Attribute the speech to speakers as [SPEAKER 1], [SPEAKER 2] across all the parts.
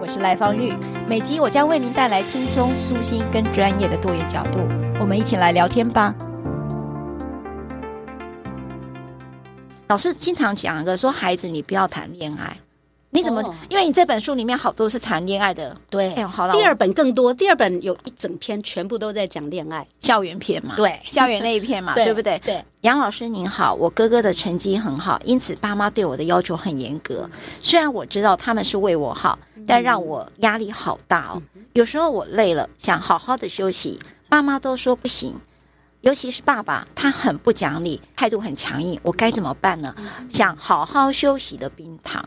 [SPEAKER 1] 我是赖芳玉。每集我将为您带来轻松、舒心跟专业的多元角度，我们一起来聊天吧。老师经常讲一个说，孩子你不要谈恋爱，你怎么？
[SPEAKER 2] 哦
[SPEAKER 1] 因为你这本书里面好多是谈恋爱的
[SPEAKER 2] 对，
[SPEAKER 1] 哎呦好了
[SPEAKER 2] 第二本更多，第二本有一整篇全部都在讲恋爱。
[SPEAKER 1] 校园片嘛，
[SPEAKER 2] 对
[SPEAKER 1] 校园那一片嘛， 对不对？
[SPEAKER 2] 啊对，
[SPEAKER 1] 杨老师您好，我哥哥的成绩很好，因此爸妈对我的要求很严格。虽然我知道他们是为我好，但让我压力好大哦。有时候我累了，想好好的休息，爸妈都说不行。尤其是爸爸，他很不讲理，态度很强硬，我该怎么办呢？想好好休息的冰糖，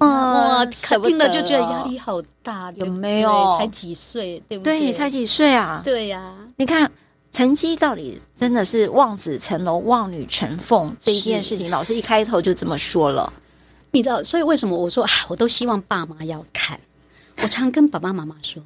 [SPEAKER 2] 哇、
[SPEAKER 1] 嗯舍不
[SPEAKER 2] 听了
[SPEAKER 1] 得
[SPEAKER 2] 就觉得压
[SPEAKER 1] 哦
[SPEAKER 2] 力好大，对
[SPEAKER 1] 有
[SPEAKER 2] 不
[SPEAKER 1] 没
[SPEAKER 2] 对
[SPEAKER 1] 有
[SPEAKER 2] 才几岁，对不对？
[SPEAKER 1] 对，才几岁啊？
[SPEAKER 2] 对呀、
[SPEAKER 1] 你看成绩到底真的是望子成龙、望女成凤这一件事情，老师一开头就这么说了。
[SPEAKER 2] 你知道，所以为什么我说啊，我都希望爸妈要看。我常跟爸爸妈妈说，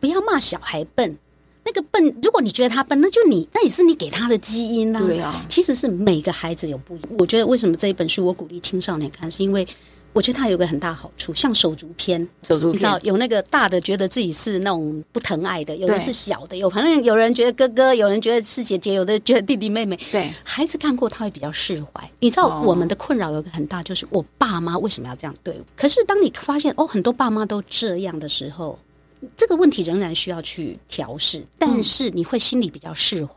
[SPEAKER 2] 不要骂小孩笨。那个笨，如果你觉得他笨，那就你，那也是你给他的基因啦、
[SPEAKER 1] 对啊
[SPEAKER 2] 其实是每个孩子有不一，我觉得为什么这一本书我鼓励青少年看，是因为我觉得它有一个很大好处，像手足篇，
[SPEAKER 1] 手足
[SPEAKER 2] 你知道有那个大的觉得自己是那种不疼爱的，有的
[SPEAKER 1] 对
[SPEAKER 2] 是小的，有反正有人觉得哥哥，有人觉得是姐姐，有的觉得弟弟妹妹。
[SPEAKER 1] 对
[SPEAKER 2] 孩子看过他会比较释怀。你知道
[SPEAKER 1] 哦
[SPEAKER 2] 我们的困扰有一个很大，就是我爸妈为什么要这样对我？可是当你发现哦，很多爸妈都这样的时候，这个问题仍然需要去调试，但是你会心里比较释怀。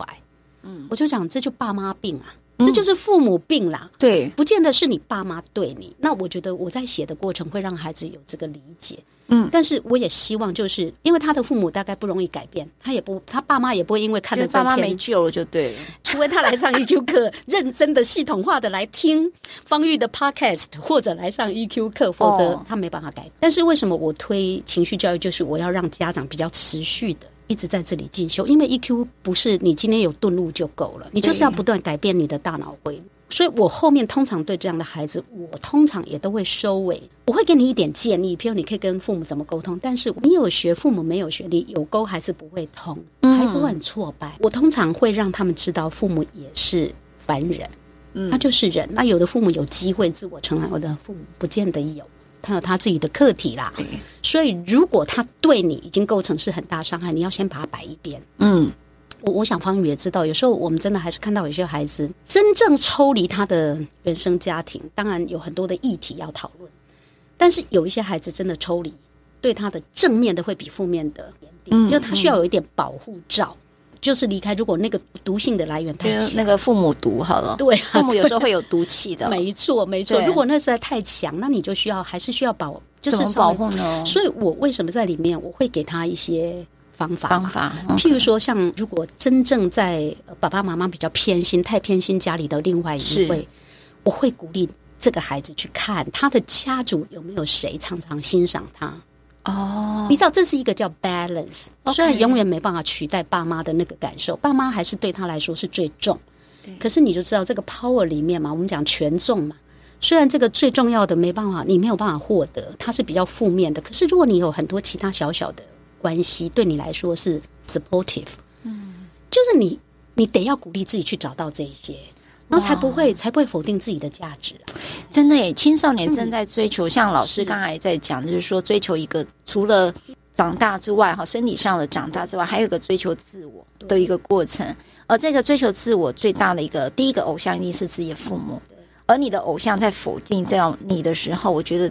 [SPEAKER 2] 嗯，我就讲这就爸妈病啊，这就是父母病啦。
[SPEAKER 1] 对，
[SPEAKER 2] 不见得是你爸妈对你。那我觉得我在写的过程会让孩子有这个理解。嗯，但是我也希望，就是因为他的父母大概不容易改变，他也不，他爸妈也不会因为看
[SPEAKER 1] 觉
[SPEAKER 2] 了
[SPEAKER 1] 得爸
[SPEAKER 2] 照
[SPEAKER 1] 妈没
[SPEAKER 2] 片，
[SPEAKER 1] 救了就对了。
[SPEAKER 2] 除非他来上 EQ 课，认真的、系统化的来听方玉的 Podcast，或者来上 EQ 课，否则
[SPEAKER 1] 哦
[SPEAKER 2] 他没办法改。但是为什么我推情绪教育，就是我要让家长比较持续的。一直在这里进修，因为 EQ 不是你今天有顿悟就够了，你就是要不断改变你的大脑回路。所以我后面通常对这样的孩子，我通常也都会收尾，我会给你一点建议，譬如你可以跟父母怎么沟通，但是你有学，父母没有学，你有沟还是不会通，孩子会很挫败。我通常会让他们知道，父母也是凡人，他就是人。那有的父母有机会自我成长，有的父母不见得有，他有他自己的课题啦。所以如果他对你已经构成是很大伤害，你要先把它摆一边。
[SPEAKER 1] 嗯，
[SPEAKER 2] 我我想方宇也知道，有时候我们真的还是看到有些孩子真正抽离他的原生家庭，当然有很多的议题要讨论，但是有一些孩子真的抽离，对他的正面的会比负面的严厉，
[SPEAKER 1] 嗯
[SPEAKER 2] 就他需要有一点保护罩，就是离开。如果那个毒性的来源太
[SPEAKER 1] 觉得
[SPEAKER 2] 强，
[SPEAKER 1] 那个父母毒好了，
[SPEAKER 2] 对 啊
[SPEAKER 1] 啊父母有时候会有毒气的，
[SPEAKER 2] 没错没错。
[SPEAKER 1] 对啊
[SPEAKER 2] 如果那实在太强，那你就需要还是需要保，就是
[SPEAKER 1] 怎么
[SPEAKER 2] 稍
[SPEAKER 1] 保
[SPEAKER 2] 微
[SPEAKER 1] 护呢？
[SPEAKER 2] 所以我为什么在里面我会给他一些方法嘛
[SPEAKER 1] 方法嗯
[SPEAKER 2] 譬如说，像如果真正在呃爸爸妈妈比较偏心、太偏心家里的另外一位，我会鼓励这个孩子去看他的家族有没有谁常常欣赏他。
[SPEAKER 1] 哦，
[SPEAKER 2] 你知道，这是一个叫 balance，
[SPEAKER 1] OK
[SPEAKER 2] 虽然永远没办法取代爸妈的那个感受，爸妈还是对他来说是最重
[SPEAKER 1] 对。
[SPEAKER 2] 可是你就知道这个 power 里面嘛，我们讲权重嘛，虽然这个最重要的没办法，你没有办法获得，它是比较负面的。可是如果你有很多其他小小的关系，对你来说是 supportive，嗯，就是你你得要鼓励自己去找到这一些，然后才不会才不会否定自己的价值、啊。
[SPEAKER 1] 真的耶，青少年正在追求，像老师刚才在讲，就是说追求一个除了长大之外，哈，身体上的长大之外，还有一个追求自我的一个过程。而这个追求自我最大的一个第一个偶像，一定是自己的父母。而你的偶像在否定掉你的时候，我觉得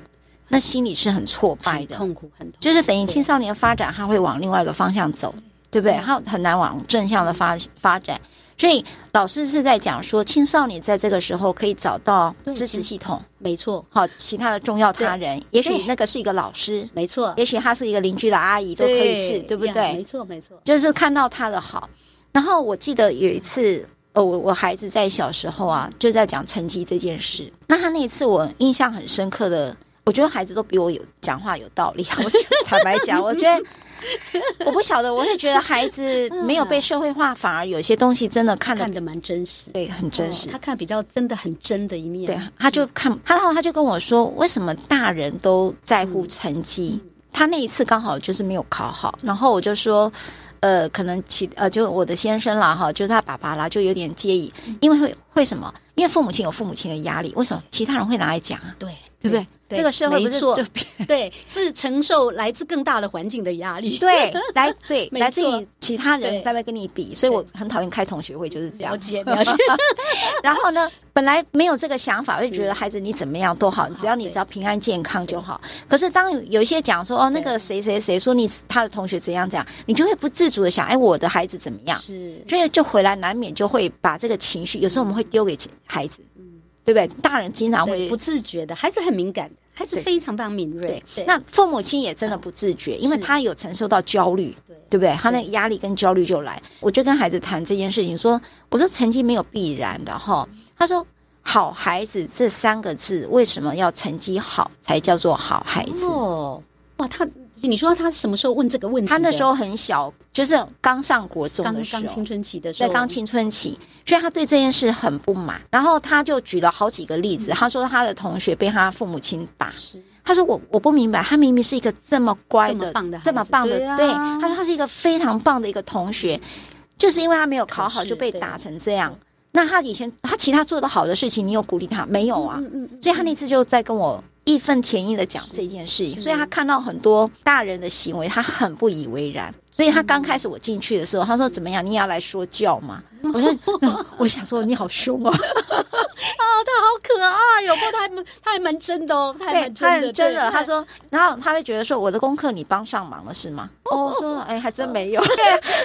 [SPEAKER 1] 那心里是很挫败
[SPEAKER 2] 很
[SPEAKER 1] 的，
[SPEAKER 2] 痛苦，很痛苦。
[SPEAKER 1] 就是等于青少
[SPEAKER 2] 嗯
[SPEAKER 1] 年发展，他会往另外一个方向走，对不对？他很难往正向的发发展。所以老师是在讲说，青少年在这个时候可以找到
[SPEAKER 2] 对
[SPEAKER 1] 支持系统，
[SPEAKER 2] 没错，
[SPEAKER 1] 好，其他的重要他人，也许
[SPEAKER 2] 对
[SPEAKER 1] 那个是一个老师，
[SPEAKER 2] 没错，
[SPEAKER 1] 也许他是一个邻居的阿姨，都可以是，对不
[SPEAKER 2] 呀
[SPEAKER 1] 对
[SPEAKER 2] 没？错，没错，
[SPEAKER 1] 就是看到他的好。然后我记得有一次，呃，我我孩子在小时候啊，就在讲成绩这件事。那他那一次我印象很深刻的，我觉得孩子都比我有讲话有道理。啊我觉得坦白讲，我觉得我不晓得，我是觉得孩子没有被社会化，反而有些东西真的看得
[SPEAKER 2] 看得蛮真实，
[SPEAKER 1] 对很真实
[SPEAKER 2] 哦。他看比较真的很真的一面，
[SPEAKER 1] 对，啊他
[SPEAKER 2] 嗯
[SPEAKER 1] 就看他，然后他就跟我说，为什么大人都在
[SPEAKER 2] 嗯
[SPEAKER 1] 乎成绩？他那一次刚好就是没有考好，然后我就说。呃，可能其呃，就我的先生啦，哈，就是他爸爸啦，就有点介意，
[SPEAKER 2] 嗯
[SPEAKER 1] 因为会会什么？因为父母亲有父母亲的压力，为什么其他人会拿来讲啊？
[SPEAKER 2] 对
[SPEAKER 1] 对不对？这个社会
[SPEAKER 2] 没
[SPEAKER 1] 不是
[SPEAKER 2] 错
[SPEAKER 1] 就，变
[SPEAKER 2] 对，是承受来自更大的环境的压力，
[SPEAKER 1] 对来对
[SPEAKER 2] 没
[SPEAKER 1] 来自
[SPEAKER 2] 错
[SPEAKER 1] 于其他人
[SPEAKER 2] 对
[SPEAKER 1] 在那边跟你比，所以我很讨厌开同学会，就是这样
[SPEAKER 2] 了。解 了解，
[SPEAKER 1] 然后呢，本来没有这个想法，我就觉得孩子你怎么样都好，只要你只要平安健康就好。可是当有一些讲说哦，那个谁谁谁说你他的同学怎样怎样，你就会不自主的想，哎，我的孩子怎么样？
[SPEAKER 2] 是
[SPEAKER 1] 所以就回来难免就会把这个情绪，有时候我们会丢给孩子，对不对？大人经常
[SPEAKER 2] 嗯对
[SPEAKER 1] 会
[SPEAKER 2] 不自觉的，还是很敏感的，还是
[SPEAKER 1] 对
[SPEAKER 2] 非常非常敏锐
[SPEAKER 1] 对，，那父母亲也真的不自觉，因为
[SPEAKER 2] 是
[SPEAKER 1] 他有承受到焦虑，
[SPEAKER 2] 对
[SPEAKER 1] 对不对？他那个压力跟焦虑就来。我就跟孩子谈这件事情，说我说成绩没有必然的哈。他说“好孩子”这三个字为什么要成绩好才叫做好孩子？
[SPEAKER 2] 哦，哇，他你说他什么时候问这个问题的？
[SPEAKER 1] 他那时候很小，就是刚上国中
[SPEAKER 2] 刚
[SPEAKER 1] 的时候
[SPEAKER 2] 刚，青春期的时
[SPEAKER 1] 在
[SPEAKER 2] 候，
[SPEAKER 1] 刚青春期，所以他对这件事很不满。然后他就举了好几个例
[SPEAKER 2] 嗯
[SPEAKER 1] 子，他说他的同学被他父母亲打，
[SPEAKER 2] 是
[SPEAKER 1] 他说我我不明白，他明明是一个这么乖
[SPEAKER 2] 这
[SPEAKER 1] 的
[SPEAKER 2] 么、棒的孩子
[SPEAKER 1] 这么棒的，
[SPEAKER 2] 对啊
[SPEAKER 1] 他说他是一个非常棒的一个同学，就是因为他没有考
[SPEAKER 2] 考
[SPEAKER 1] 好
[SPEAKER 2] 试
[SPEAKER 1] 就被
[SPEAKER 2] 对
[SPEAKER 1] 打成这样。那他以前他其他做的好的事情，你有鼓励他没有啊？
[SPEAKER 2] 嗯嗯嗯，
[SPEAKER 1] 所以他那次就在跟我义愤填膺的讲这件事情，所以他看到很多大人的行为，他很不以为然。所以他刚开始我进去的时候，
[SPEAKER 2] 嗯
[SPEAKER 1] 他说：“怎么样，你也要来说教嘛？”我说：“ 嗯我想说你好凶哦。”
[SPEAKER 2] 啊，他好可爱哦哟，不过他还蛮他还蛮真的哦，他还
[SPEAKER 1] 对，
[SPEAKER 2] 蛮
[SPEAKER 1] 他
[SPEAKER 2] 真
[SPEAKER 1] 很
[SPEAKER 2] 的，
[SPEAKER 1] 真
[SPEAKER 2] 对
[SPEAKER 1] 的，他说，然后他会觉得说，我的功课你帮上忙了是吗？哦，我说，哎，还真没 有，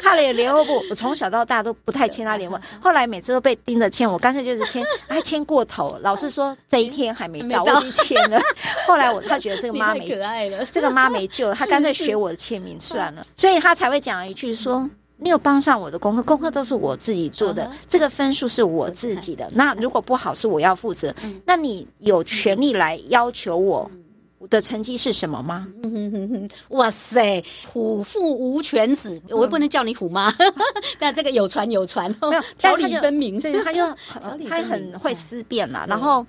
[SPEAKER 1] 他连联络部，我从小到大都不太签他联络，后来每次都被盯着签，我干脆就是签，还签过头。老师说这一天还没到，
[SPEAKER 2] 没
[SPEAKER 1] 我
[SPEAKER 2] 到
[SPEAKER 1] 已经签了。 后来我他觉得这个
[SPEAKER 2] 你
[SPEAKER 1] 妈
[SPEAKER 2] 太
[SPEAKER 1] 没
[SPEAKER 2] 可爱了，
[SPEAKER 1] 这个妈没救了，她干脆学我的签
[SPEAKER 2] 嗯
[SPEAKER 1] 名算了，所以她才会讲一句说。你有帮上我的功课，功课都是我自己做的
[SPEAKER 2] 嗯哼
[SPEAKER 1] 这个分数是我自己的。那如果不好是我要负责，
[SPEAKER 2] 嗯
[SPEAKER 1] 那你有权利来要求我
[SPEAKER 2] 嗯
[SPEAKER 1] 的成绩是什么吗？
[SPEAKER 2] 哇塞，虎父无犬子，我又不能叫你虎妈， 但这个有传嗯有传哦
[SPEAKER 1] 没 有，
[SPEAKER 2] 条
[SPEAKER 1] 但是他
[SPEAKER 2] 理
[SPEAKER 1] 就
[SPEAKER 2] 分明，
[SPEAKER 1] 对，他就
[SPEAKER 2] 条理分明嗯
[SPEAKER 1] 他很会思辨啦，
[SPEAKER 2] 对
[SPEAKER 1] 然后。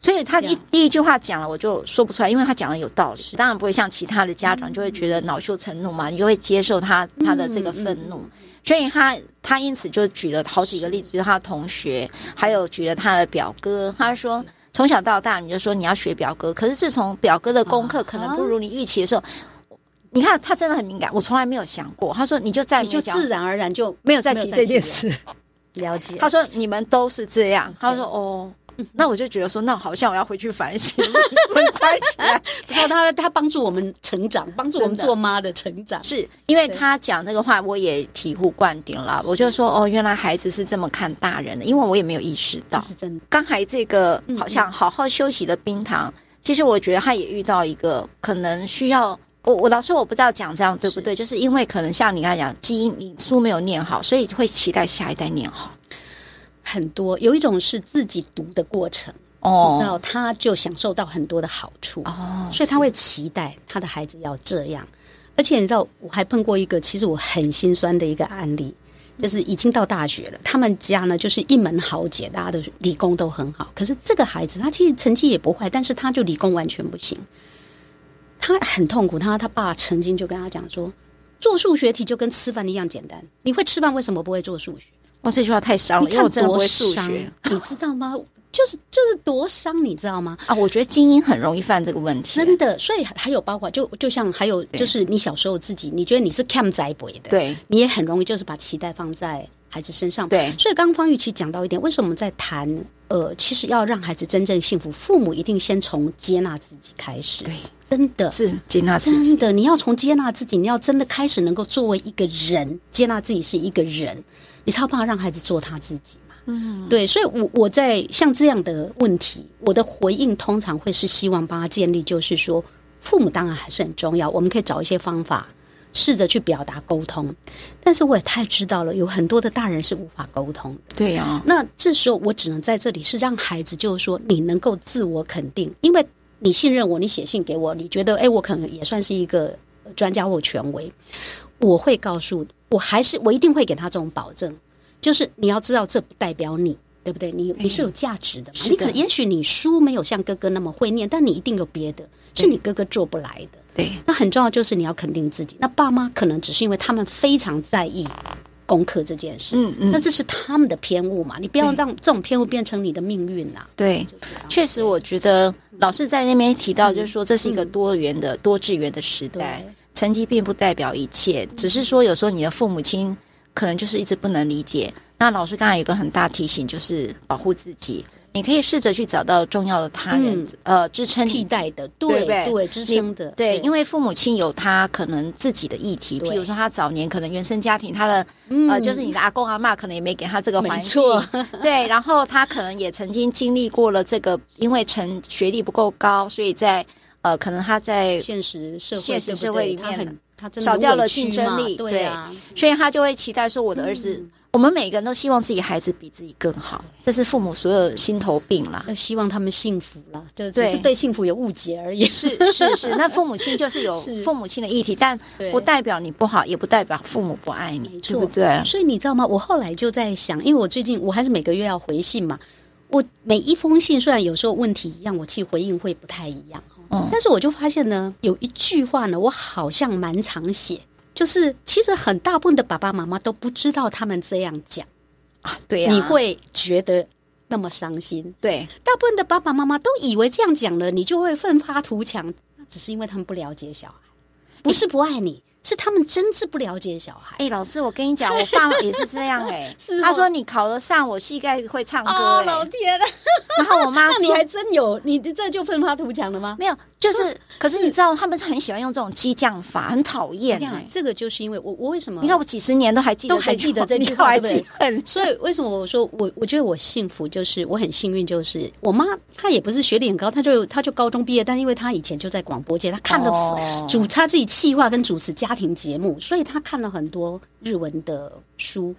[SPEAKER 1] 所以他
[SPEAKER 2] 这
[SPEAKER 1] 一
[SPEAKER 2] 样
[SPEAKER 1] 第一句话讲了，我就说不出来，因为他讲的有道理。当然不会像其他的家长就会觉
[SPEAKER 2] 嗯
[SPEAKER 1] 得恼羞成怒嘛，你就会接受他他的这个愤怒。
[SPEAKER 2] 嗯
[SPEAKER 1] 所以他他因此就举了好几个例子，就是他的同学，还有举了他的表哥。他说从小到大，你就说你要学表哥，可是自从表哥的功
[SPEAKER 2] 啊
[SPEAKER 1] 课可能不如你预期的时候，你看他真的很敏感，我从来没有想过。他说你就再
[SPEAKER 2] 你
[SPEAKER 1] 没
[SPEAKER 2] 就
[SPEAKER 1] 有讲
[SPEAKER 2] 自然而然就
[SPEAKER 1] 没有再提这件
[SPEAKER 2] 了
[SPEAKER 1] 事。
[SPEAKER 2] 了解，
[SPEAKER 1] 他说你们都是这样。他说哦，那我就觉得说，那好像我要回去反省，很快起来。
[SPEAKER 2] 不知道他他帮助我们成长，帮助我们
[SPEAKER 1] 真的
[SPEAKER 2] 做妈的成 长，
[SPEAKER 1] 是因为他讲这个话，我也醍醐灌顶了。我就说哦，原来孩子是这么看大人的，因为我也没有意识
[SPEAKER 2] 这
[SPEAKER 1] 到。
[SPEAKER 2] 是真的。
[SPEAKER 1] 刚才这个好像好好休息的冰糖，其实我觉得他也遇到一个可能需要。我我老师我不知道讲这样对不对，就是因为可能像你刚才讲，基因你书没有念好，所以会期待下一代念好。
[SPEAKER 2] 很多有一种是自己读的过程，你知道，他就享受到很多的好处，
[SPEAKER 1] 哦，
[SPEAKER 2] 所以他会期待他的孩子要这样。而且你知道，我还碰过一个其实我很心酸的一个案例，就是已经到大学了，他们家呢就是一门豪杰，大家都是理工都很好，可是这个孩子他其实成绩也不坏，但是他就理工完全不行，他很痛苦。他他爸曾经就跟他讲说。做数学题就跟吃饭一样简单，你会吃饭为什么不会做数学？
[SPEAKER 1] 哇，这句话太伤
[SPEAKER 2] 你
[SPEAKER 1] 哦了，因为我
[SPEAKER 2] 看
[SPEAKER 1] 真的不
[SPEAKER 2] 多
[SPEAKER 1] 会数
[SPEAKER 2] 伤
[SPEAKER 1] 学。，
[SPEAKER 2] 你知道吗？就是就是多伤，你知道吗？
[SPEAKER 1] 啊，我觉得精英很容易犯这个问题。啊
[SPEAKER 2] 真的，所以还有包括就就像还有就是你小时候自己，你觉得你是 cam 宅 boy 的，，
[SPEAKER 1] 对，
[SPEAKER 2] 你也很容易就是把期待放在孩子身上。
[SPEAKER 1] 对
[SPEAKER 2] 所以刚刚方玉琪讲到一点，为什么我们在谈呃，其实要让孩子真正幸福，父母一定先从接纳自己开始。
[SPEAKER 1] 对，
[SPEAKER 2] 真的。
[SPEAKER 1] 是接纳自己
[SPEAKER 2] 真。的，你要从接纳自己，你要真的开始能够作为一个人接纳自己是一个人，你才有办法让孩子做他自己嘛。嗯，对，所以我我在像这样的问题，我的回应通常会是希望帮他建立，就是说父母当然还是很重要，我们可以找一些方法。试着去表达沟通，但是我也太知道了，有很多的大人是无法沟通的。
[SPEAKER 1] 对啊，
[SPEAKER 2] 那这时候我只能在这里是让孩子，就是说你能够自我肯定，因为你信任我，你写信给我，你觉得诶，我可能也算是一个专家或权威，我会告诉，我还是我一定会给他这种保证，就是你要知道这不代表你。对不对？你你是有价值的嘛？
[SPEAKER 1] 是
[SPEAKER 2] 你
[SPEAKER 1] 的
[SPEAKER 2] 可能也许你书没有像哥哥那么会念，但你一定有别的，是你哥哥做不来的。
[SPEAKER 1] 对，
[SPEAKER 2] 那很重要就是你要肯定自己。那爸妈可能只是因为他们非常在意功课这件事，
[SPEAKER 1] 嗯嗯
[SPEAKER 2] 那这是他们的偏误嘛？你不要
[SPEAKER 1] 对
[SPEAKER 2] 让这种偏误变成你的命运啊呐、
[SPEAKER 1] 对，
[SPEAKER 2] 就是这样
[SPEAKER 1] 确实，我觉得老师在那边提到，就是说这是一个多元的、多智元的时代，
[SPEAKER 2] 嗯对嗯
[SPEAKER 1] 成绩并不代表一切，只是说有时候你的父母亲可能就是一直不能理解。那老师刚才有一个很大提醒，就是保护自己，你可以试着去找到重要的他人，
[SPEAKER 2] 嗯
[SPEAKER 1] 呃，支撑
[SPEAKER 2] 替
[SPEAKER 1] 你。
[SPEAKER 2] 代的，
[SPEAKER 1] 对
[SPEAKER 2] 对
[SPEAKER 1] 不对
[SPEAKER 2] 支撑的，
[SPEAKER 1] 对，因
[SPEAKER 2] 为
[SPEAKER 1] 为父母亲有他可能自己的议题，
[SPEAKER 2] 对嗯
[SPEAKER 1] 譬如说他早年可能原生家庭，他的呃，就是你的阿公阿妈可能也没给他这个环
[SPEAKER 2] 没
[SPEAKER 1] 境
[SPEAKER 2] 错，
[SPEAKER 1] 对，然后他可能也曾经经历过了这个，因为成学历不够高，所以在呃，可能他在，
[SPEAKER 2] 现实社会
[SPEAKER 1] 现实社
[SPEAKER 2] 对不
[SPEAKER 1] 会
[SPEAKER 2] 对
[SPEAKER 1] 里
[SPEAKER 2] 他
[SPEAKER 1] 面
[SPEAKER 2] 很他真的
[SPEAKER 1] 少
[SPEAKER 2] 很
[SPEAKER 1] 掉了
[SPEAKER 2] 委屈
[SPEAKER 1] 竞争
[SPEAKER 2] 嘛
[SPEAKER 1] 力
[SPEAKER 2] 对啊，
[SPEAKER 1] 所以他就会期待说，我的儿子，
[SPEAKER 2] 嗯
[SPEAKER 1] 我们每个人都希望自己孩子比自己更好，这是父母所有心头病啦。
[SPEAKER 2] 呃希望他们幸福啦，就只是
[SPEAKER 1] 对
[SPEAKER 2] 对幸福有误解而已。
[SPEAKER 1] 是是是，那父母亲就是有
[SPEAKER 2] 是
[SPEAKER 1] 父母亲的议题，但
[SPEAKER 2] 对
[SPEAKER 1] 不代表你不好，也不代表父母不爱你，
[SPEAKER 2] 没
[SPEAKER 1] 对
[SPEAKER 2] 错
[SPEAKER 1] 不对？
[SPEAKER 2] 所以你知道吗？我后来就在想，因为我最近我还是每个月要回信嘛，我每一封信虽然有时候问题一样，我去回应会不太一样，哦
[SPEAKER 1] 嗯
[SPEAKER 2] 但是我就发现呢，有一句话呢，我好像蛮常写，就是其实很大部分的爸爸妈妈都不知道他们这样讲，
[SPEAKER 1] 啊，对呀、
[SPEAKER 2] 你会觉得那么伤心。
[SPEAKER 1] 对
[SPEAKER 2] 大部分的爸爸妈妈都以为这样讲了，你就会奋发图强，那只是因为他们不了解小孩，不是不爱你，是他们真是不了解小孩。
[SPEAKER 1] 哎、老师，我跟你讲，我爸妈也是这样哎、
[SPEAKER 2] 是
[SPEAKER 1] 他
[SPEAKER 2] 哦
[SPEAKER 1] 说你考得上，我膝盖会唱歌
[SPEAKER 2] 哦，
[SPEAKER 1] 哎、
[SPEAKER 2] 老天啊！
[SPEAKER 1] 然后我妈
[SPEAKER 2] 那
[SPEAKER 1] 说
[SPEAKER 2] 你还嗯真有，你这就奋发图强了吗？
[SPEAKER 1] 没有，就是，可是你知道他们很喜欢用这种激将法，很讨厌
[SPEAKER 2] 你看
[SPEAKER 1] 欸。
[SPEAKER 2] 这个就是因为我我为什么
[SPEAKER 1] 你看我几十年都还记得
[SPEAKER 2] 都还记得这句
[SPEAKER 1] 你都
[SPEAKER 2] 话
[SPEAKER 1] 还
[SPEAKER 2] 对不 对
[SPEAKER 1] 记恨。
[SPEAKER 2] 所以为什么我说我我觉得我幸福，就是我很幸运，就是我妈她也不是学历很高，她就她就高中毕业，但因为她以前就在广播界，她看了、
[SPEAKER 1] 哦
[SPEAKER 2] 主她自己企划跟主持家庭节目，所以她看了很多日文的书。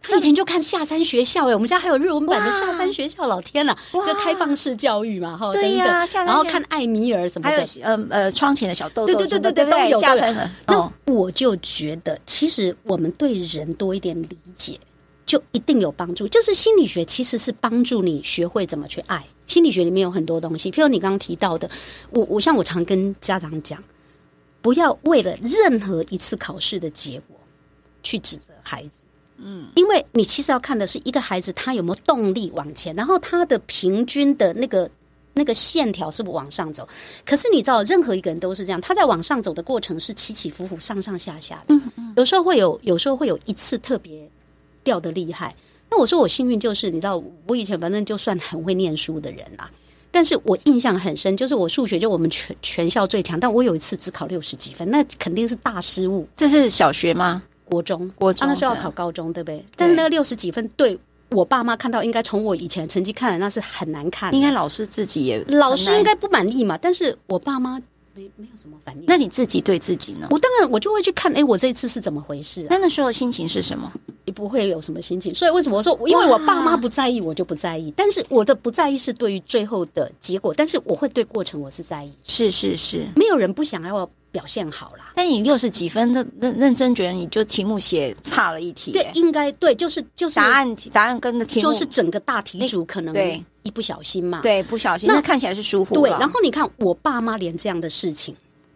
[SPEAKER 2] 她以前就看下山学校哎、我们家还有日文版的下山学校，老天呐、啊
[SPEAKER 1] 哇
[SPEAKER 2] 就开放式教育嘛哈，
[SPEAKER 1] 对呀
[SPEAKER 2] 等
[SPEAKER 1] 下
[SPEAKER 2] 等
[SPEAKER 1] 山
[SPEAKER 2] 然后
[SPEAKER 1] 学
[SPEAKER 2] 看艾米尔什么
[SPEAKER 1] 还
[SPEAKER 2] 的，
[SPEAKER 1] 有嗯呃，窗前的小豆豆
[SPEAKER 2] 对对
[SPEAKER 1] 什么的，对
[SPEAKER 2] 对对
[SPEAKER 1] 不
[SPEAKER 2] 都有
[SPEAKER 1] 下
[SPEAKER 2] 都有
[SPEAKER 1] 山了。
[SPEAKER 2] 那
[SPEAKER 1] 哦，
[SPEAKER 2] 我就觉得，其实我们对人多一点理解，就一定有帮助。就是心理学其实是帮助你学会怎么去爱。心理学里面有很多东西，譬如你刚刚提到的，我我像我常跟家长讲，不要为了任何一次考试的结果去指责孩子。嗯，因为你其实要看的是一个孩子他有没有动力往前，然后他的平均的那个那个线条是不是往上走。可是你知道，任何一个人都是这样，他在往上走的过程是起起伏伏、上上下下的。
[SPEAKER 1] 嗯
[SPEAKER 2] 有时候会有，有时候会有一次特别掉的厉害。那我说我幸运，就是你知道，我以前反正就算很会念书的人啦、但是我印象很深，就是我数学就我们全全校最强，但我有一次只考六十几分，那肯定是大失误。
[SPEAKER 1] 这是小学吗？
[SPEAKER 2] 国中，
[SPEAKER 1] 国中
[SPEAKER 2] 啊、那时候
[SPEAKER 1] 这
[SPEAKER 2] 要
[SPEAKER 1] 样
[SPEAKER 2] 考高中，对不对？但是那个六十几分，对我爸妈看到，应该从我以前的成绩看来，那是很难看的。
[SPEAKER 1] 应该老师自己也
[SPEAKER 2] 老师应
[SPEAKER 1] 很难。
[SPEAKER 2] 该不满意嘛，但是我爸妈没没有什么反应。
[SPEAKER 1] 那你自己对自己呢？
[SPEAKER 2] 我当然我就会去看，哎，我这一次是怎么回事啊？
[SPEAKER 1] 那那时候心情是什么？
[SPEAKER 2] 也不会有什么心情。所以为什么我说，因为我爸妈不在意，我就不在意。但是我的不在意是对于最后的结果，但是我会对过程我是在意。
[SPEAKER 1] 是是是。
[SPEAKER 2] 没有人不想要我表现好啦。
[SPEAKER 1] 但你六十几分，认认认真觉得你就题目写差了一题欸，
[SPEAKER 2] 对，应该对，就是就是
[SPEAKER 1] 答案答案跟的题目
[SPEAKER 2] 就是整个大题组可能
[SPEAKER 1] 对
[SPEAKER 2] 一不小心嘛，
[SPEAKER 1] 对，不小心，
[SPEAKER 2] 那
[SPEAKER 1] 那看起来是疏忽
[SPEAKER 2] 对，
[SPEAKER 1] 了
[SPEAKER 2] 然后你看我爸妈连这样的事情，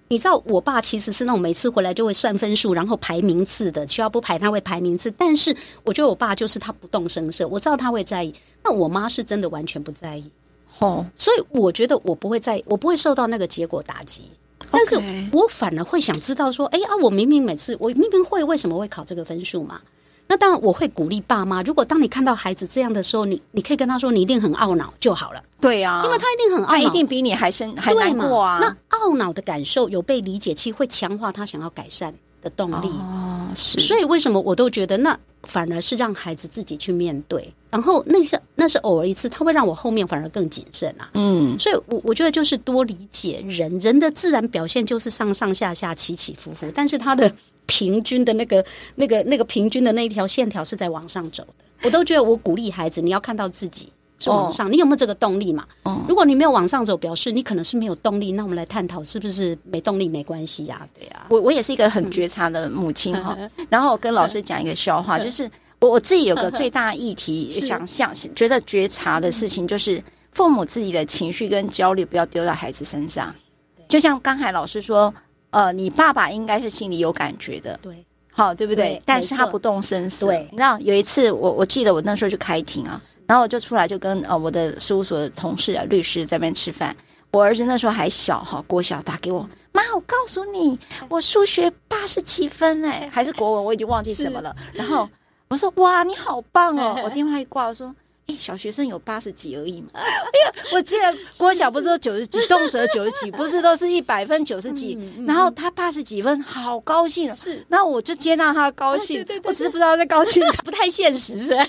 [SPEAKER 2] 你知道我爸其实是那种每次回来就会算分数，然后排名次的，需要不排他会排名次。但是我觉得我爸就是他不动声色，我知道他会在意。那我妈是真的完全不在意，
[SPEAKER 1] 哦，
[SPEAKER 2] 所以我觉得我不会在，我不会受到那个结果打击。但是
[SPEAKER 1] OK
[SPEAKER 2] 我反而会想知道说，哎啊，我明明每次我明明会，为什么会考这个分数嘛？那当然，我会鼓励爸妈。如果当你看到孩子这样的时候，你你可以跟他说，你一定很懊恼就好了，
[SPEAKER 1] 对啊呀，
[SPEAKER 2] 因为他一定很
[SPEAKER 1] 他
[SPEAKER 2] 懊
[SPEAKER 1] 一
[SPEAKER 2] 恼，
[SPEAKER 1] 定比你还深还
[SPEAKER 2] 对
[SPEAKER 1] 难
[SPEAKER 2] 嘛？
[SPEAKER 1] 过啊。
[SPEAKER 2] 那懊恼的感受有被理解，其实会强化他想要改善的动力。
[SPEAKER 1] 哦，是
[SPEAKER 2] 所以为什么我都觉得，那反而是让孩子自己去面对。然后那个那是偶尔一次，他会让我后面反而更谨慎啊。
[SPEAKER 1] 嗯，
[SPEAKER 2] 所以我，我觉得就是多理解人，人的自然表现就是上上下下、起起伏伏，但是他的平均的那个、那个、那个平均的那一条线条是在往上走的。我都觉得我鼓励孩子，你要看到自己是往上，你有没有这个动力嘛？
[SPEAKER 1] 哦
[SPEAKER 2] 如果你没有往上走，表示你可能是没有动力。那我们来探讨是不是没动力没关系呀、对啊呀、
[SPEAKER 1] 我我也是一个很觉察的母亲
[SPEAKER 2] 嗯
[SPEAKER 1] 哈、然后我跟老师讲一个笑话，就是我我自己有个最大议 题想象，觉得觉察的事
[SPEAKER 2] 嗯
[SPEAKER 1] 情就是父母自己的情绪跟焦虑不要丢到孩子身上。就像刚才老师说，呃，你爸爸应该是心里有感觉的，
[SPEAKER 2] 对，啊
[SPEAKER 1] 好，对不对？
[SPEAKER 2] 对
[SPEAKER 1] 但是他
[SPEAKER 2] 没错
[SPEAKER 1] 不动声色。
[SPEAKER 2] 对
[SPEAKER 1] 你知道有一次我，我记得我那时候去开庭啊，然后我就出来就跟呃我的事务所的同事啊律师在那边吃饭。我儿子那时候还小哈，国小打给我，妈，我告诉你，我数学八十七分哎，还是国文，我已经忘记什么了。然后我说哇，你好棒 哦！我电话一挂，我说。哎，小学生有八十几而已嘛。 哎呀，我记得国小不是说九 十几，动辄九十几，不是都是一百分九十
[SPEAKER 2] 嗯
[SPEAKER 1] 几，然后他八十几分，好高兴啊！
[SPEAKER 2] 是
[SPEAKER 1] 那我就接纳他的高兴，
[SPEAKER 2] 啊对对对
[SPEAKER 1] 我只是不知道他在高兴啥
[SPEAKER 2] 不太现实 是吧。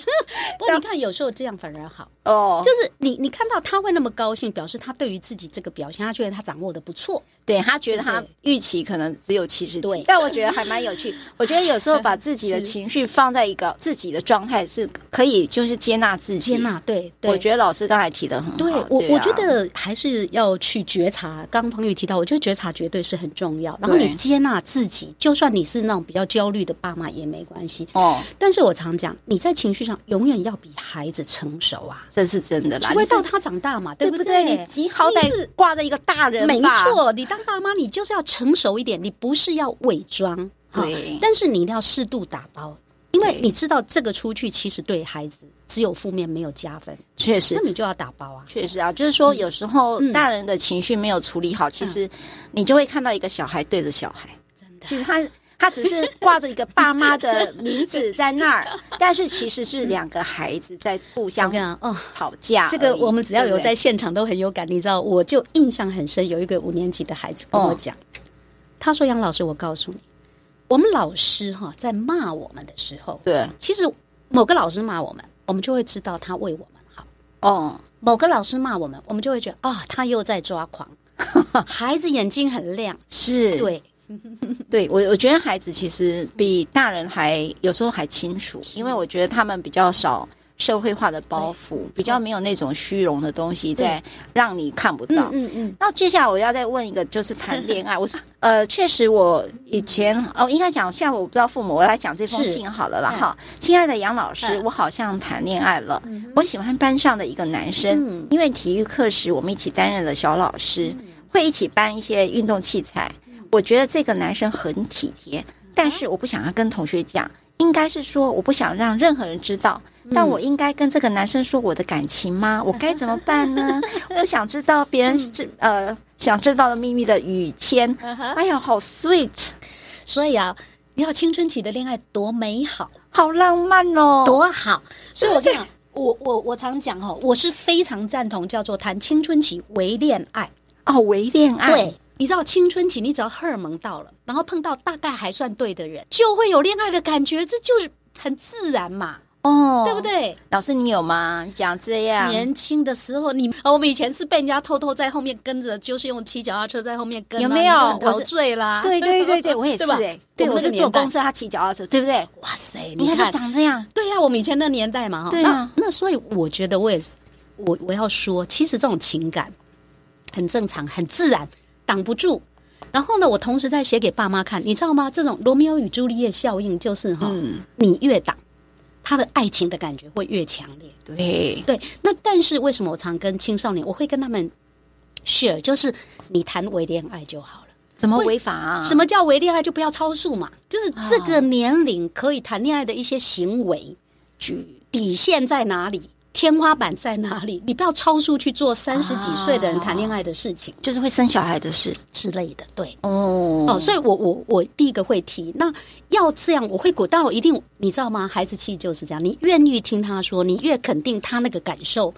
[SPEAKER 2] 不过你看，有时候这样反而好。
[SPEAKER 1] 哦就
[SPEAKER 2] 就是你，你看到他会那么高兴，表示他对于自己这个表现，他觉得他掌握的不错。
[SPEAKER 1] 对他觉得他
[SPEAKER 2] 对
[SPEAKER 1] 预期可能只有七十几
[SPEAKER 2] 对，
[SPEAKER 1] 但我觉得还蛮有趣。我觉得有时候把自己的
[SPEAKER 2] 是
[SPEAKER 1] 情绪放在一个自己的状态，是可以就是接纳自己。
[SPEAKER 2] 接，纳，对，对
[SPEAKER 1] 我觉得老师刚才提的很好。
[SPEAKER 2] 对我，
[SPEAKER 1] 啊
[SPEAKER 2] 我觉得还是要去觉察。刚刚彭宇提到，我觉得觉察绝对是很重要。然后
[SPEAKER 1] 对
[SPEAKER 2] 你接纳自己，就算你是那种比较焦虑的爸妈也没关系。
[SPEAKER 1] 哦，
[SPEAKER 2] 但是我常讲，你在情绪上永远要比孩子成熟啊，
[SPEAKER 1] 这是真的啦，
[SPEAKER 2] 除非
[SPEAKER 1] 你是
[SPEAKER 2] 到他长大嘛，
[SPEAKER 1] 对
[SPEAKER 2] 不
[SPEAKER 1] 不对？你极好
[SPEAKER 2] 你是
[SPEAKER 1] 歹挂着一个大人吧，
[SPEAKER 2] 没错，你当爸妈，你就是要成熟一点，你不是要伪装，哈
[SPEAKER 1] 对
[SPEAKER 2] 但是你一定要适度打包，因为
[SPEAKER 1] 对
[SPEAKER 2] 你知道这个出去其实对孩子只有负面没有加分，
[SPEAKER 1] 确实
[SPEAKER 2] 那。你就要打包啊。
[SPEAKER 1] 确实啊，就是说，有时候
[SPEAKER 2] 嗯
[SPEAKER 1] 大人的情绪没有处理好，其实你就会看到一个小孩对着小孩，
[SPEAKER 2] 真的
[SPEAKER 1] 其实他他只是挂着一个爸妈的名字在那 儿，但是其实是两个孩子在互
[SPEAKER 2] 我
[SPEAKER 1] 相
[SPEAKER 2] 跟你讲哦，
[SPEAKER 1] 吵架而已。
[SPEAKER 2] 这个我们只要有在
[SPEAKER 1] 对
[SPEAKER 2] 现场都很有感，你知道，我就印象很深，有一个五年级的孩子跟我讲，
[SPEAKER 1] 哦
[SPEAKER 2] 他说：“杨老师，我告诉你，我们老师哈在骂我们的时候，
[SPEAKER 1] 不对对
[SPEAKER 2] 其实某个老师骂我们，我们就会知道他为我们好。”
[SPEAKER 1] 哦，
[SPEAKER 2] 某个老师骂我们，我们就会觉得啊、他又在抓 狂。孩子眼睛很亮，
[SPEAKER 1] 是
[SPEAKER 2] 对，
[SPEAKER 1] 对我我觉得孩子其实比大人还有时候还清楚，因为我觉得他们比较少。社会化的包袱比较没有那种虚荣的东西在让你看不到，
[SPEAKER 2] 嗯嗯，
[SPEAKER 1] 那接下来我要再问一个，就是谈恋爱。我说，呃，确实我以前哦，应该讲，现在我不知道父母，我来讲这封
[SPEAKER 2] 嗯是
[SPEAKER 1] 信好了啦
[SPEAKER 2] 嗯
[SPEAKER 1] 哈。亲爱的杨老师，
[SPEAKER 2] 嗯
[SPEAKER 1] 我好像谈恋爱了。我喜欢班上的一个男生，
[SPEAKER 2] 嗯
[SPEAKER 1] 因为体育课时我们一起担任了小老师，会一起搬一些运动器材。
[SPEAKER 2] 嗯
[SPEAKER 1] 我觉得这个男生很体贴，但是我不想要跟同学讲，应该是说我不想让任何人知道。
[SPEAKER 2] 嗯
[SPEAKER 1] 但我应该跟这个男生说我的感情吗？我该怎么办 呢？我想知道别人知呃想知道的秘密的语签。哎呀，好 sweet，
[SPEAKER 2] 所以啊，要青春期的恋爱多美好，
[SPEAKER 1] 好浪漫哦！
[SPEAKER 2] 多好。所以我跟你讲，我我我常讲哈、哦，我是非常赞同叫做谈青春期为恋爱。
[SPEAKER 1] 哦，微恋爱，
[SPEAKER 2] 对，你知道青春期，你只要荷尔蒙到了，然后碰到大概还算对的人，就会有恋爱的感觉，这就是很自然嘛，
[SPEAKER 1] 哦，啊
[SPEAKER 2] 对不？对？
[SPEAKER 1] 老师，你有吗？你讲这样，
[SPEAKER 2] 年轻的时候，你啊，我们以前是被人家偷偷在后面跟着，就是用骑脚踏车在后面跟啊，
[SPEAKER 1] 有没有
[SPEAKER 2] 你就很
[SPEAKER 1] 我
[SPEAKER 2] 陶
[SPEAKER 1] 是
[SPEAKER 2] 醉啦。
[SPEAKER 1] 对对对对，我也是
[SPEAKER 2] 对吧
[SPEAKER 1] 哎，对，
[SPEAKER 2] 我
[SPEAKER 1] 我
[SPEAKER 2] 们那
[SPEAKER 1] 是
[SPEAKER 2] 个
[SPEAKER 1] 坐
[SPEAKER 2] 年代
[SPEAKER 1] 公车，他骑脚踏车，对不对？
[SPEAKER 2] 哇塞，
[SPEAKER 1] 你
[SPEAKER 2] 你
[SPEAKER 1] 看他
[SPEAKER 2] 看，
[SPEAKER 1] 长这样，
[SPEAKER 2] 对呀、我们以前那年代嘛，哈，
[SPEAKER 1] 对啊
[SPEAKER 2] 那那所以我觉得我也是，我我要说，其实这种情感很正常，很自然，挡不住。然后呢，我同时在写给爸妈看，你知道吗？这种罗密欧与朱丽叶效应就是哈，
[SPEAKER 1] 嗯
[SPEAKER 2] 你越挡，他的爱情的感觉会越强烈。
[SPEAKER 1] 对，
[SPEAKER 2] 对，那但是为什么我常跟青少年，我会跟他们 share，就是你谈微恋爱就好了。
[SPEAKER 1] 怎么违法啊？
[SPEAKER 2] 什么叫微恋爱？就不要超速嘛，就是这个年龄可以谈恋爱的一些行为，
[SPEAKER 1] 举？
[SPEAKER 2] 底线在哪里，天花板在哪里？你不要超速去做三十几岁的人谈恋爱的事情
[SPEAKER 1] 就是会生小孩的事
[SPEAKER 2] 啊之类的。对，
[SPEAKER 1] 哦
[SPEAKER 2] 哦，所以我我我第一个会提，那要这样我会鼓，但我一定你知道吗？孩子气就是这样，你愿意听他说，你越肯定他那个感受，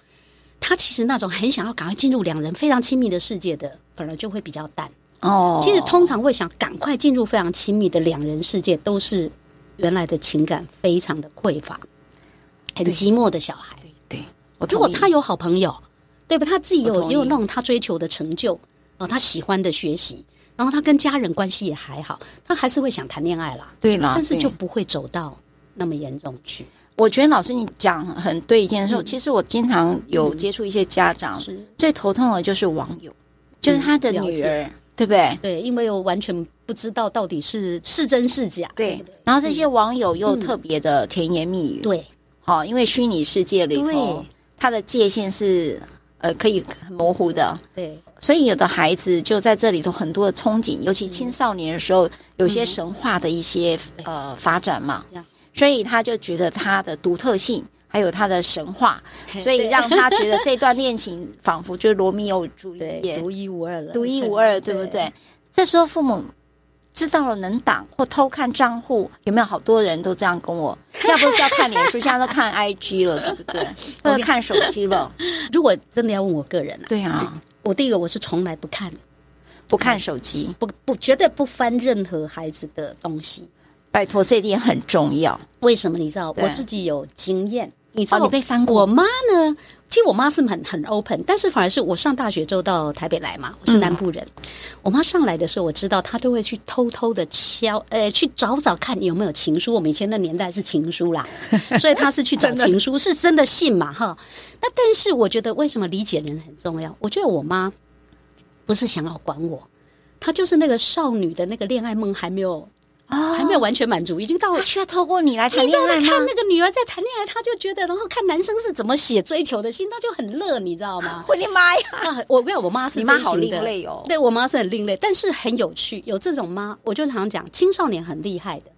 [SPEAKER 2] 他其实那种很想要赶快进入两人非常亲密的世界的，反而就会比较淡。
[SPEAKER 1] 哦，
[SPEAKER 2] 其实通常会想赶快进入非常亲密的两人世界，都是原来的情感非常的匮乏，很
[SPEAKER 3] 对
[SPEAKER 2] 寂寞的小孩。
[SPEAKER 3] 对对，我
[SPEAKER 2] 如果
[SPEAKER 3] 同意
[SPEAKER 2] 他有好朋友，对吧？他自己
[SPEAKER 3] 我
[SPEAKER 2] 有
[SPEAKER 3] 同
[SPEAKER 2] 也有
[SPEAKER 3] 意
[SPEAKER 2] 那种他追求的成就，然后他喜欢的学习，然后他跟家人关系也还好，他还是会想谈恋爱啦，
[SPEAKER 1] 对啦
[SPEAKER 2] 但是
[SPEAKER 1] 对
[SPEAKER 2] 就不会走到那么严重去。
[SPEAKER 1] 我觉得老师你讲很对一件事，其实我经常有接触一些家长，
[SPEAKER 2] 嗯是
[SPEAKER 1] 最头痛的就是网友，就是他的
[SPEAKER 2] 嗯了解
[SPEAKER 1] 女儿，对不对？
[SPEAKER 2] 对，因为我完全不知道到底是是真是假。
[SPEAKER 1] 对，然后这些网友又特别的甜言蜜语，
[SPEAKER 2] 嗯对，
[SPEAKER 1] 好、因为虚拟世界里头
[SPEAKER 2] 对，
[SPEAKER 1] 它的界限是呃可以很模糊的，
[SPEAKER 2] 对，
[SPEAKER 1] 所以有的孩子就在这里头很多的憧憬，尤其青少年的时候，有些神话的一些呃发展嘛
[SPEAKER 2] 嗯呀，
[SPEAKER 1] 所以他就觉得他的独特性。还有他的神话，
[SPEAKER 2] 嘿
[SPEAKER 1] 所以
[SPEAKER 2] 对
[SPEAKER 1] 让他觉得这段恋情仿佛就是罗密欧与朱丽
[SPEAKER 2] 对
[SPEAKER 1] 叶，
[SPEAKER 2] 独一无二了，
[SPEAKER 1] 独一无二，对不对？？这时候父母知道了能挡或偷看账户，有没有好多人都这样跟 我？现在不是要看脸书，现在都看 IG 了，对不 对？或者看手机了？
[SPEAKER 2] 如果真的要问我个人啊，
[SPEAKER 1] 对啊，
[SPEAKER 2] 我第一个我是从来不看，
[SPEAKER 1] 不看手机，
[SPEAKER 2] 不不绝对不翻任何孩子的东西。
[SPEAKER 1] 拜托，这点很重要。
[SPEAKER 2] 为什么？你知道
[SPEAKER 1] 对啊
[SPEAKER 2] 我自己有经验，你知
[SPEAKER 1] 哦
[SPEAKER 2] 道
[SPEAKER 1] 你被翻过
[SPEAKER 2] 我妈呢？其实我妈是很很 open，但是反而是我上大学之后到台北来嘛，我是南部人。我妈上来的时候，我知道她都会去偷偷的敲，呃，去找找看有没有情书。我们以前那年代是情书 啦，所以她是去找情书，是真的信嘛哈。那但是我觉得为什么理解人很重要？我觉得我妈不是想要管我，她就是那个少女的那个恋爱梦还没有。还没有完全满足，已经到
[SPEAKER 1] 他需要透过你来谈
[SPEAKER 2] 你知
[SPEAKER 1] 恋
[SPEAKER 2] 道
[SPEAKER 1] 爱
[SPEAKER 2] 在看
[SPEAKER 1] 吗？
[SPEAKER 2] 那个女儿在谈恋爱，他就觉得，然后看男生是怎么写追求的心，他就很乐，你知道
[SPEAKER 1] ？
[SPEAKER 2] 吗
[SPEAKER 1] 我的妈呀！
[SPEAKER 2] 啊，我跟你讲我妈是
[SPEAKER 1] 你妈
[SPEAKER 2] 这一型
[SPEAKER 1] 好另
[SPEAKER 2] 的
[SPEAKER 1] 类哦
[SPEAKER 2] 对我妈是很另类，但是很有趣，有这种妈，我就常讲青少年很厉害的。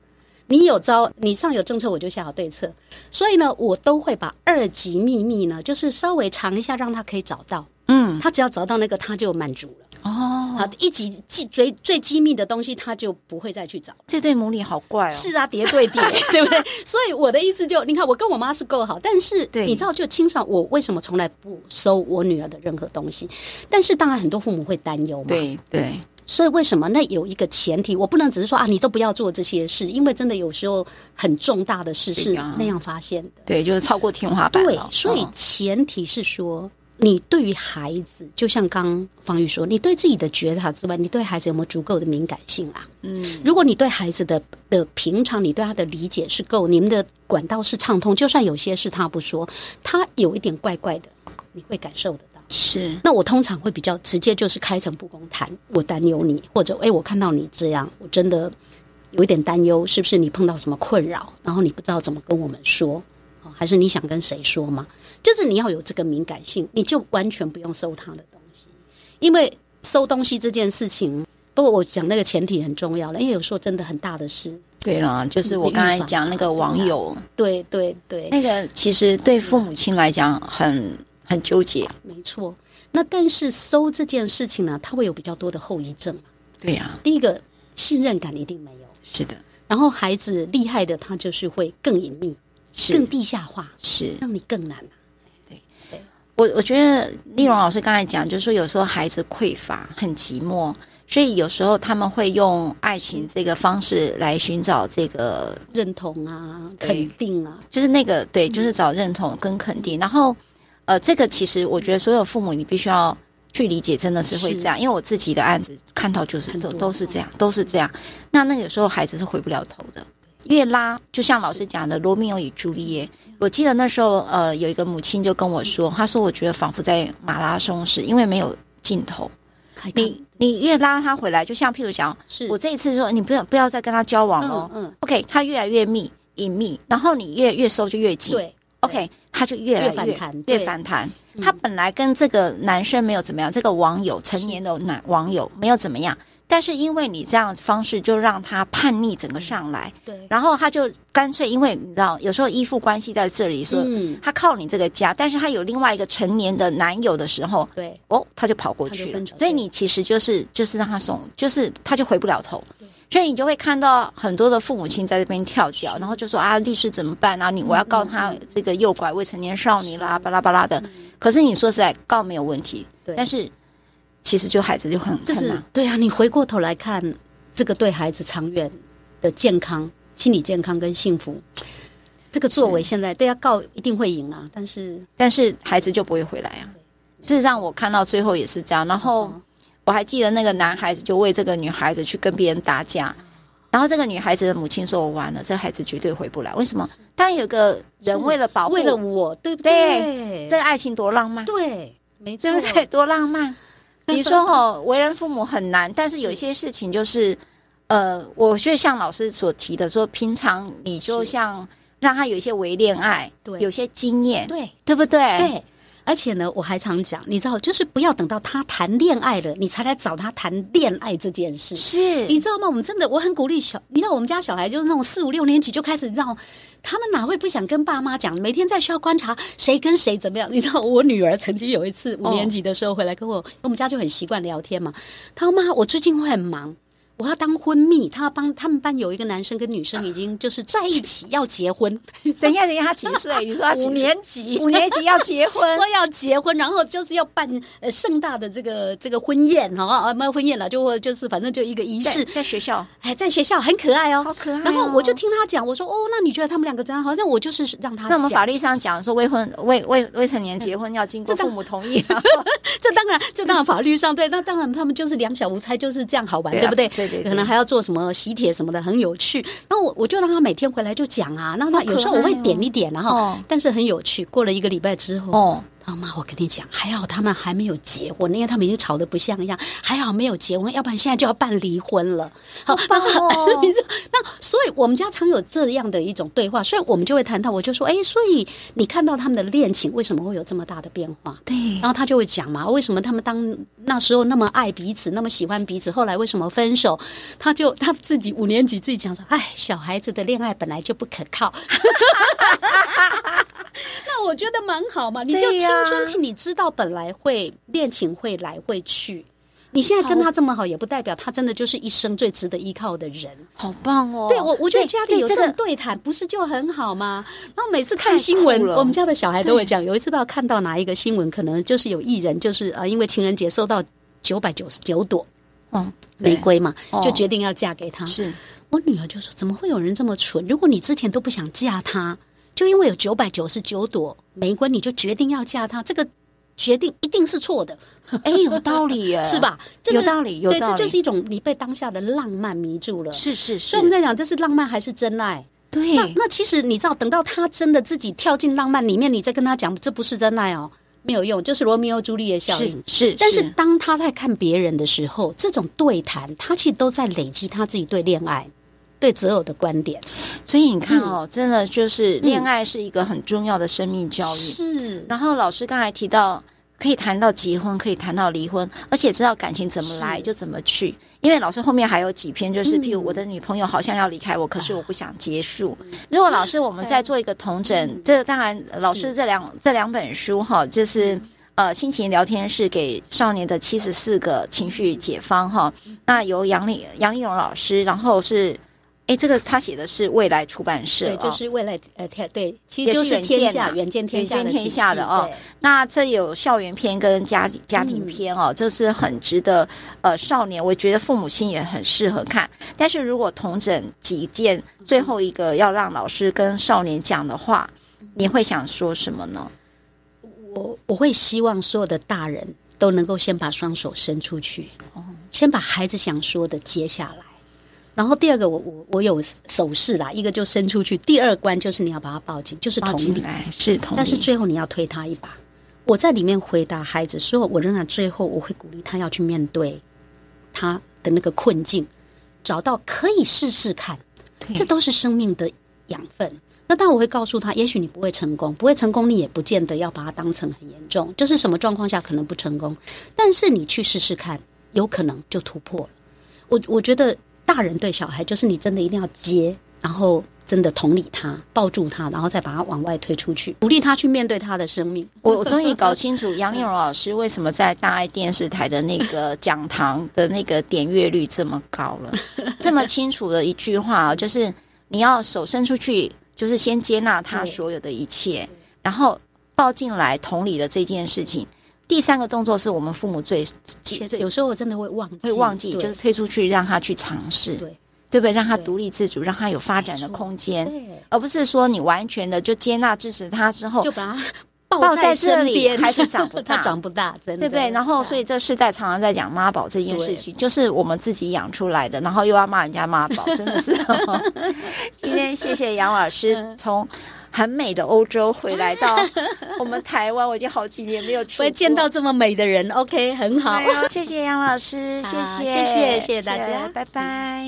[SPEAKER 2] 你有招，你上有政策，我就下有对策。所以呢，我都会把二级秘密呢，就是稍微尝一下，让他可以找到。
[SPEAKER 1] 嗯，
[SPEAKER 2] 他只要找到那个，他就满足了。
[SPEAKER 1] 哦，
[SPEAKER 2] 好，一级最最最机密的东西，他就不会再去找。
[SPEAKER 1] 这对母女好怪哦。
[SPEAKER 2] 是啊，叠对 叠，对不对？所以我的意思就，你看我跟我妈是够好，但是
[SPEAKER 1] 对
[SPEAKER 2] 你知道，就青少我为什么从来不收我女儿的任何东西？但是当然很多父母会担忧嘛，。
[SPEAKER 1] 对对，
[SPEAKER 2] 所以为什么那有一个前提，我不能只是说啊，你都不要做这些事，因为真的有时候很重大的事是
[SPEAKER 1] 对呀
[SPEAKER 2] 那样发现的。
[SPEAKER 1] 对，就是超过天花板
[SPEAKER 2] 对
[SPEAKER 1] 了。，
[SPEAKER 2] 所以
[SPEAKER 1] 嗯
[SPEAKER 2] 前提是说，你对于孩子，就像刚方玉说，你对自己的觉察之外，你对孩子有没有足够的敏感性啊？嗯，如果你对孩子的的平常，你对他的理解是够，你们的管道是畅通，就算有些事他不说，他有一点怪怪的，你会感受得到。
[SPEAKER 1] 是
[SPEAKER 2] 那我通常会比较直接，就是开诚布公谈，我担忧你，或者哎诶，我看到你这样，我真的有一点担忧，是不是你碰到什么困扰，然后你不知道怎么跟我们说，哦、还是你想跟谁说吗？就是你要有这个敏感性，你就完全不用收他的东西，因为收东西这件事情，不过我讲那个前提很重要了，因为有时候真的很大的事，
[SPEAKER 1] 对了，就是我
[SPEAKER 2] 预
[SPEAKER 1] 刚才
[SPEAKER 2] 防
[SPEAKER 1] 讲那个网友，
[SPEAKER 2] 对对对，
[SPEAKER 1] 那个其实对父母亲来讲很很纠结。
[SPEAKER 2] 没错。那但是收这件事情呢，它会有比较多的后遗症。
[SPEAKER 1] 对呀、
[SPEAKER 2] 第一个信任感一定没有。
[SPEAKER 1] 是的，
[SPEAKER 2] 然后孩子厉害的，他就是会更隐秘、更
[SPEAKER 1] 是
[SPEAKER 2] 地下化，
[SPEAKER 1] 是。
[SPEAKER 2] 让你更难、
[SPEAKER 1] 我我觉得丽蓉老师刚才讲，就是说有时候孩子匮乏，很寂寞，所以有时候他们会用爱情这个方式来寻找这个，
[SPEAKER 2] 认同啊、
[SPEAKER 1] 对
[SPEAKER 2] 肯定啊，
[SPEAKER 1] 就是那个对，就是找认同跟肯定。然后，呃，这个其实我觉得所有父母你必须要去理解，真的是会这样，因为我自己的案子看到就是
[SPEAKER 2] 很
[SPEAKER 1] 都
[SPEAKER 2] 多
[SPEAKER 1] 都是这样，都是这样。那那有时候孩子是回不了头的。越拉，就像老师讲的《罗密欧与朱丽叶》，我记得那时候，呃，有一个母亲就跟我说，她说我觉得仿佛在马拉松时，因为没有尽头。
[SPEAKER 2] 还看
[SPEAKER 1] 你你越拉他回来，就像譬如讲，
[SPEAKER 2] 嗯是
[SPEAKER 1] 我这一次说你不要不要再跟他交往了、
[SPEAKER 2] 嗯嗯
[SPEAKER 1] OK，他越来越密隐秘，然后你越越收就越紧。
[SPEAKER 2] 对，
[SPEAKER 1] OK，他就越来越
[SPEAKER 2] 越反弹
[SPEAKER 1] 越
[SPEAKER 2] 对嗯
[SPEAKER 1] 反弹。他本来跟这个男生没有怎么样，这个网友成年的男网友没有怎么样，但是因为你这样的方式，就让他叛逆整个上来，
[SPEAKER 2] 对，
[SPEAKER 1] 然后他就干脆，因为你知道，有时候依附关系在这里说。
[SPEAKER 2] 嗯，
[SPEAKER 1] 他靠你这个家，但是他有另外一个成年的男友的时候，
[SPEAKER 2] 对，
[SPEAKER 1] 哦，他就跑过
[SPEAKER 2] 他就
[SPEAKER 1] 去了
[SPEAKER 2] 分。手
[SPEAKER 1] 所以
[SPEAKER 2] 对
[SPEAKER 1] 你其实就是就是让他送，就是他就回不了头。所以你就会看到很多的父母亲在这边跳脚，然后就说啊，律师怎么办啊？你我要告
[SPEAKER 2] 嗯
[SPEAKER 1] 他这个诱拐未成年少女啦，巴拉巴拉的。可是你说实在，告没有问题，
[SPEAKER 2] 对
[SPEAKER 1] 但是其实就孩子就很
[SPEAKER 2] 这
[SPEAKER 1] 很
[SPEAKER 2] 是
[SPEAKER 1] 难
[SPEAKER 2] 对啊。你回过头来看，这个对孩子长远的健康心理健康跟幸福。这个作为现在对啊，告一定会赢啊，但是
[SPEAKER 1] 但是孩子就不会回来啊。事实上，我看到最后也是这样。然后
[SPEAKER 2] 嗯
[SPEAKER 1] 我还记得那个男孩子就为这个女孩子去跟别人打架，然后这个女孩子的母亲说：“我完了，这孩子绝对回不来。”为什么？当然有个人为了保护，
[SPEAKER 2] 为了我，对不
[SPEAKER 1] 对
[SPEAKER 2] 对？
[SPEAKER 1] 这个爱情多浪漫，
[SPEAKER 2] 对，啊没错
[SPEAKER 1] 对，不对？ 多浪漫！你说哦， 为人父母很难，但是有一些事情就是，呃，我觉得像老师所提的，说平常你就是像让他有一些微恋爱，
[SPEAKER 2] 对
[SPEAKER 1] 有些经验，
[SPEAKER 2] 对
[SPEAKER 1] 对不对？
[SPEAKER 2] 对。而且呢，我还常讲，你知道，就是不要等到他谈恋爱了，你才来找他谈恋爱这件事。你
[SPEAKER 1] 是，
[SPEAKER 2] 知道吗？我们真的，我很鼓励小，你知道我们家小孩就是那种四五六年级就开始，你知道，他们哪会不想跟爸妈讲？每天在学校观察谁跟谁怎么样。你知道，我女儿曾经有一次五年级的时候回来跟我，我们家就很习惯聊天嘛。她说：“妈，我最近会很忙。”我要当婚蜜，她要帮他们班有一个男生跟女生已经就是在一起要结婚，
[SPEAKER 1] 等一下，等一下，他几 岁？你说他几岁
[SPEAKER 2] 五年级
[SPEAKER 1] 五年级要结婚
[SPEAKER 2] 说，要结婚，然后就是要办呃盛大的这个这个婚宴哈，啊没有婚宴了，就会就是反正就一个仪
[SPEAKER 1] 在
[SPEAKER 2] 式，
[SPEAKER 1] 在学校，
[SPEAKER 2] 哎，在学校很可爱哦，
[SPEAKER 1] 好可爱哦
[SPEAKER 2] 然后我就听他讲，我说哦，那你觉得他们两个怎样好？那我就是让他
[SPEAKER 1] 那我们
[SPEAKER 2] 讲
[SPEAKER 1] 法律上讲嗯说，未婚未未未成年结婚要经过
[SPEAKER 2] 这当
[SPEAKER 1] 父母同 意啊，
[SPEAKER 2] 这当然，这当然法律上对，那当然他们就是两小无猜，就是这样好玩，
[SPEAKER 1] 对啊
[SPEAKER 2] 对不对？
[SPEAKER 1] 对对对
[SPEAKER 2] 可能还要做什么喜帖什么的，很有趣。那我我就让他每天回来就讲啊，那那
[SPEAKER 1] 好可爱哦
[SPEAKER 2] 有时候我会点一点，然后、
[SPEAKER 1] 哦
[SPEAKER 2] 但是很有趣。过了一个礼拜之后，
[SPEAKER 1] 哦，
[SPEAKER 2] 啊妈，我跟你讲，还好他们还没有结婚，因为他们已经吵得不像样，还好没有结婚，要不然现在就要办离婚了。好，
[SPEAKER 1] 棒哦
[SPEAKER 2] 你知道，那所以我们家常有这样的一种对话，所以我们就会谈到，我就说，哎，所以你看到他们的恋情为什么会有这么大的变化？
[SPEAKER 1] 对
[SPEAKER 2] 然，后他就会讲嘛，哦为什么他们当那时候那么爱彼此，那么喜欢彼此，后来为什么分手？他就他自己五年级自己讲说，哎，小孩子的恋爱本来就不可靠。 那我觉得蛮好嘛，你就
[SPEAKER 1] 对
[SPEAKER 2] 青
[SPEAKER 1] 呀
[SPEAKER 2] 春期，你知道本来会恋情会来会去。你现在跟他这么好，也不代表他真的就是一生最值得依靠的人。
[SPEAKER 1] 好棒哦。
[SPEAKER 2] 对我，我觉得
[SPEAKER 1] 对
[SPEAKER 2] 家
[SPEAKER 1] 对
[SPEAKER 2] 里有这
[SPEAKER 1] 这
[SPEAKER 2] 种
[SPEAKER 1] 个
[SPEAKER 2] 对谈，不是就很好吗？然后每次
[SPEAKER 1] 太
[SPEAKER 2] 看
[SPEAKER 1] 酷
[SPEAKER 2] 新闻，
[SPEAKER 1] 了
[SPEAKER 2] 我们家的小孩都会讲，有一次不知道看到哪一个新闻，可能就是有艺人，就是呃，因为情人节收到九百九十九朵
[SPEAKER 1] 哦，对
[SPEAKER 2] 玫瑰嘛，
[SPEAKER 1] 哦
[SPEAKER 2] 就决定要嫁给他。
[SPEAKER 1] 是
[SPEAKER 2] 我女儿就说：“怎么会有人这么蠢？如果你之前都不想嫁他，就因为有九百九十九朵玫瑰，你就决定要嫁他，这个决定一定是错的，
[SPEAKER 1] 哎，有道理耶，
[SPEAKER 2] 是？吧？这
[SPEAKER 1] 有
[SPEAKER 2] 个
[SPEAKER 1] 道理有
[SPEAKER 2] 对，
[SPEAKER 1] 道
[SPEAKER 2] 这
[SPEAKER 1] 理
[SPEAKER 2] 就是一种你被当下的浪漫迷住了。
[SPEAKER 1] 是是是
[SPEAKER 2] 所以我，们在讲，这是浪漫还是真爱？
[SPEAKER 1] 对
[SPEAKER 2] 那那其实你知道，等到他真的自己跳进浪漫里面，你再跟他讲这不是真爱哦，没有用，就是罗密欧朱丽叶效应
[SPEAKER 1] 是。是，
[SPEAKER 2] 但是当他在看别人的时候，这种对谈，他其实都在累积他自己对恋爱、对择偶的观点。
[SPEAKER 1] 所以你
[SPEAKER 2] 嗯
[SPEAKER 1] 看哦，真的就是恋爱是一个很重要的生命教育。
[SPEAKER 2] 是，
[SPEAKER 1] 然后老师刚才提到，可以谈到结婚，可以谈到离婚，而且知道感情怎么来
[SPEAKER 2] 是
[SPEAKER 1] 就怎么去。因为老师后面还有几篇，就是
[SPEAKER 2] 嗯啊
[SPEAKER 1] 譬如我的女朋友好像要离开我，可是我不想结束。如果老师我们再做一个同整，这当然老师
[SPEAKER 2] 嗯是嗯
[SPEAKER 1] 这两这两本书哈，就是。呃，心情聊天室给少年的七十四个情绪解方哈，
[SPEAKER 2] 嗯
[SPEAKER 1] 那由杨丽杨丽蓉老师，然后是，哎，这个他写的是未来出版社、哦，
[SPEAKER 2] 对，就是未来呃，天对，其
[SPEAKER 1] 也
[SPEAKER 2] 实就是是
[SPEAKER 1] 远
[SPEAKER 2] 天
[SPEAKER 1] 见
[SPEAKER 2] 下
[SPEAKER 1] 呐
[SPEAKER 2] 远见天
[SPEAKER 1] 远
[SPEAKER 2] 下
[SPEAKER 1] 见
[SPEAKER 2] 的
[SPEAKER 1] 天
[SPEAKER 2] 体
[SPEAKER 1] 下
[SPEAKER 2] 系
[SPEAKER 1] 的哦，那这有校园篇跟家家庭篇
[SPEAKER 2] 嗯
[SPEAKER 1] 哦，这是很值得呃少年，我觉得父母亲也很适合看。但是如果同整几件，最后一个要让老师跟少年讲的话，你会想说什么呢？
[SPEAKER 2] 对我我会希望所有的大人都能够先把双手伸出去，先把孩子想说的接下来。然后第二个，我我我有手势啦，一个就伸出去，第二关就是你要把他抱紧，就是
[SPEAKER 1] 抱
[SPEAKER 2] 同
[SPEAKER 1] 进
[SPEAKER 2] 理。
[SPEAKER 1] 来是同理，
[SPEAKER 2] 但是最后你要推他一把。我在里面回答孩子说，我仍然最后我会鼓励他要去面对他的那个困境，找到可以试试看，
[SPEAKER 1] 对
[SPEAKER 2] 这都是生命的养分。那当然我会告诉他，也许你不会成功，不会成功你也不见得要把它当成很严重，就是什么状况下可能不成功，但是你去试试看，有可能就突破了。我我觉得大人对小孩就是你真的一定要接，然后真的同理他，抱住他，然后再把他往外推出去，鼓励他去面对他的生命。
[SPEAKER 1] 我我终于搞清楚杨丽蓉老师为什么在大爱电视台的那 个讲堂的那个点阅率这么高了，这么清楚的一句话啊，就是你要手伸出去，就是先接纳他
[SPEAKER 2] 对
[SPEAKER 1] 所有的一切，然后抱进来同理了这件事情。第三个动作是我们父母最最
[SPEAKER 2] 有时候我真的会忘记，
[SPEAKER 1] 会忘记，
[SPEAKER 2] 对
[SPEAKER 1] 就是推出去让他去尝试
[SPEAKER 2] 对。
[SPEAKER 1] 对不对？让他
[SPEAKER 2] 对
[SPEAKER 1] 独立自主，让他有发展的空间，
[SPEAKER 2] 对，
[SPEAKER 1] 而不是说你完全的就接纳支持他之后
[SPEAKER 2] 就，把它抱
[SPEAKER 1] 抱在这
[SPEAKER 2] 身
[SPEAKER 1] 里
[SPEAKER 2] 边，
[SPEAKER 1] 孩子长不大
[SPEAKER 2] 他 长不大，真
[SPEAKER 1] 对
[SPEAKER 2] 的啊
[SPEAKER 1] 不对？然后，所以这世代常常在讲妈宝这件事情，就是我们自己养出来的，然后又要骂人家妈 宝，真的是。今天谢谢杨老
[SPEAKER 2] 嗯
[SPEAKER 1] 师从。很美的欧洲回来到我们台湾，我已经好几年没有出
[SPEAKER 2] 会
[SPEAKER 1] 国
[SPEAKER 2] 见到这么美的人，OK，很好
[SPEAKER 1] 哎。呦谢谢杨老 师，谢
[SPEAKER 2] 好
[SPEAKER 1] 谢，
[SPEAKER 2] 谢谢谢谢大家
[SPEAKER 1] 拜拜。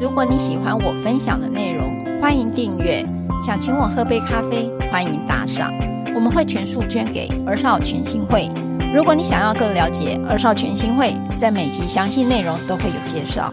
[SPEAKER 1] 如果你喜欢我分享的内容，欢迎订阅。想请我喝杯咖啡，欢迎打赏，我们会全数捐给儿少全心会。如果你想要更了解儿少全心会，在每集详细内容都会有介绍。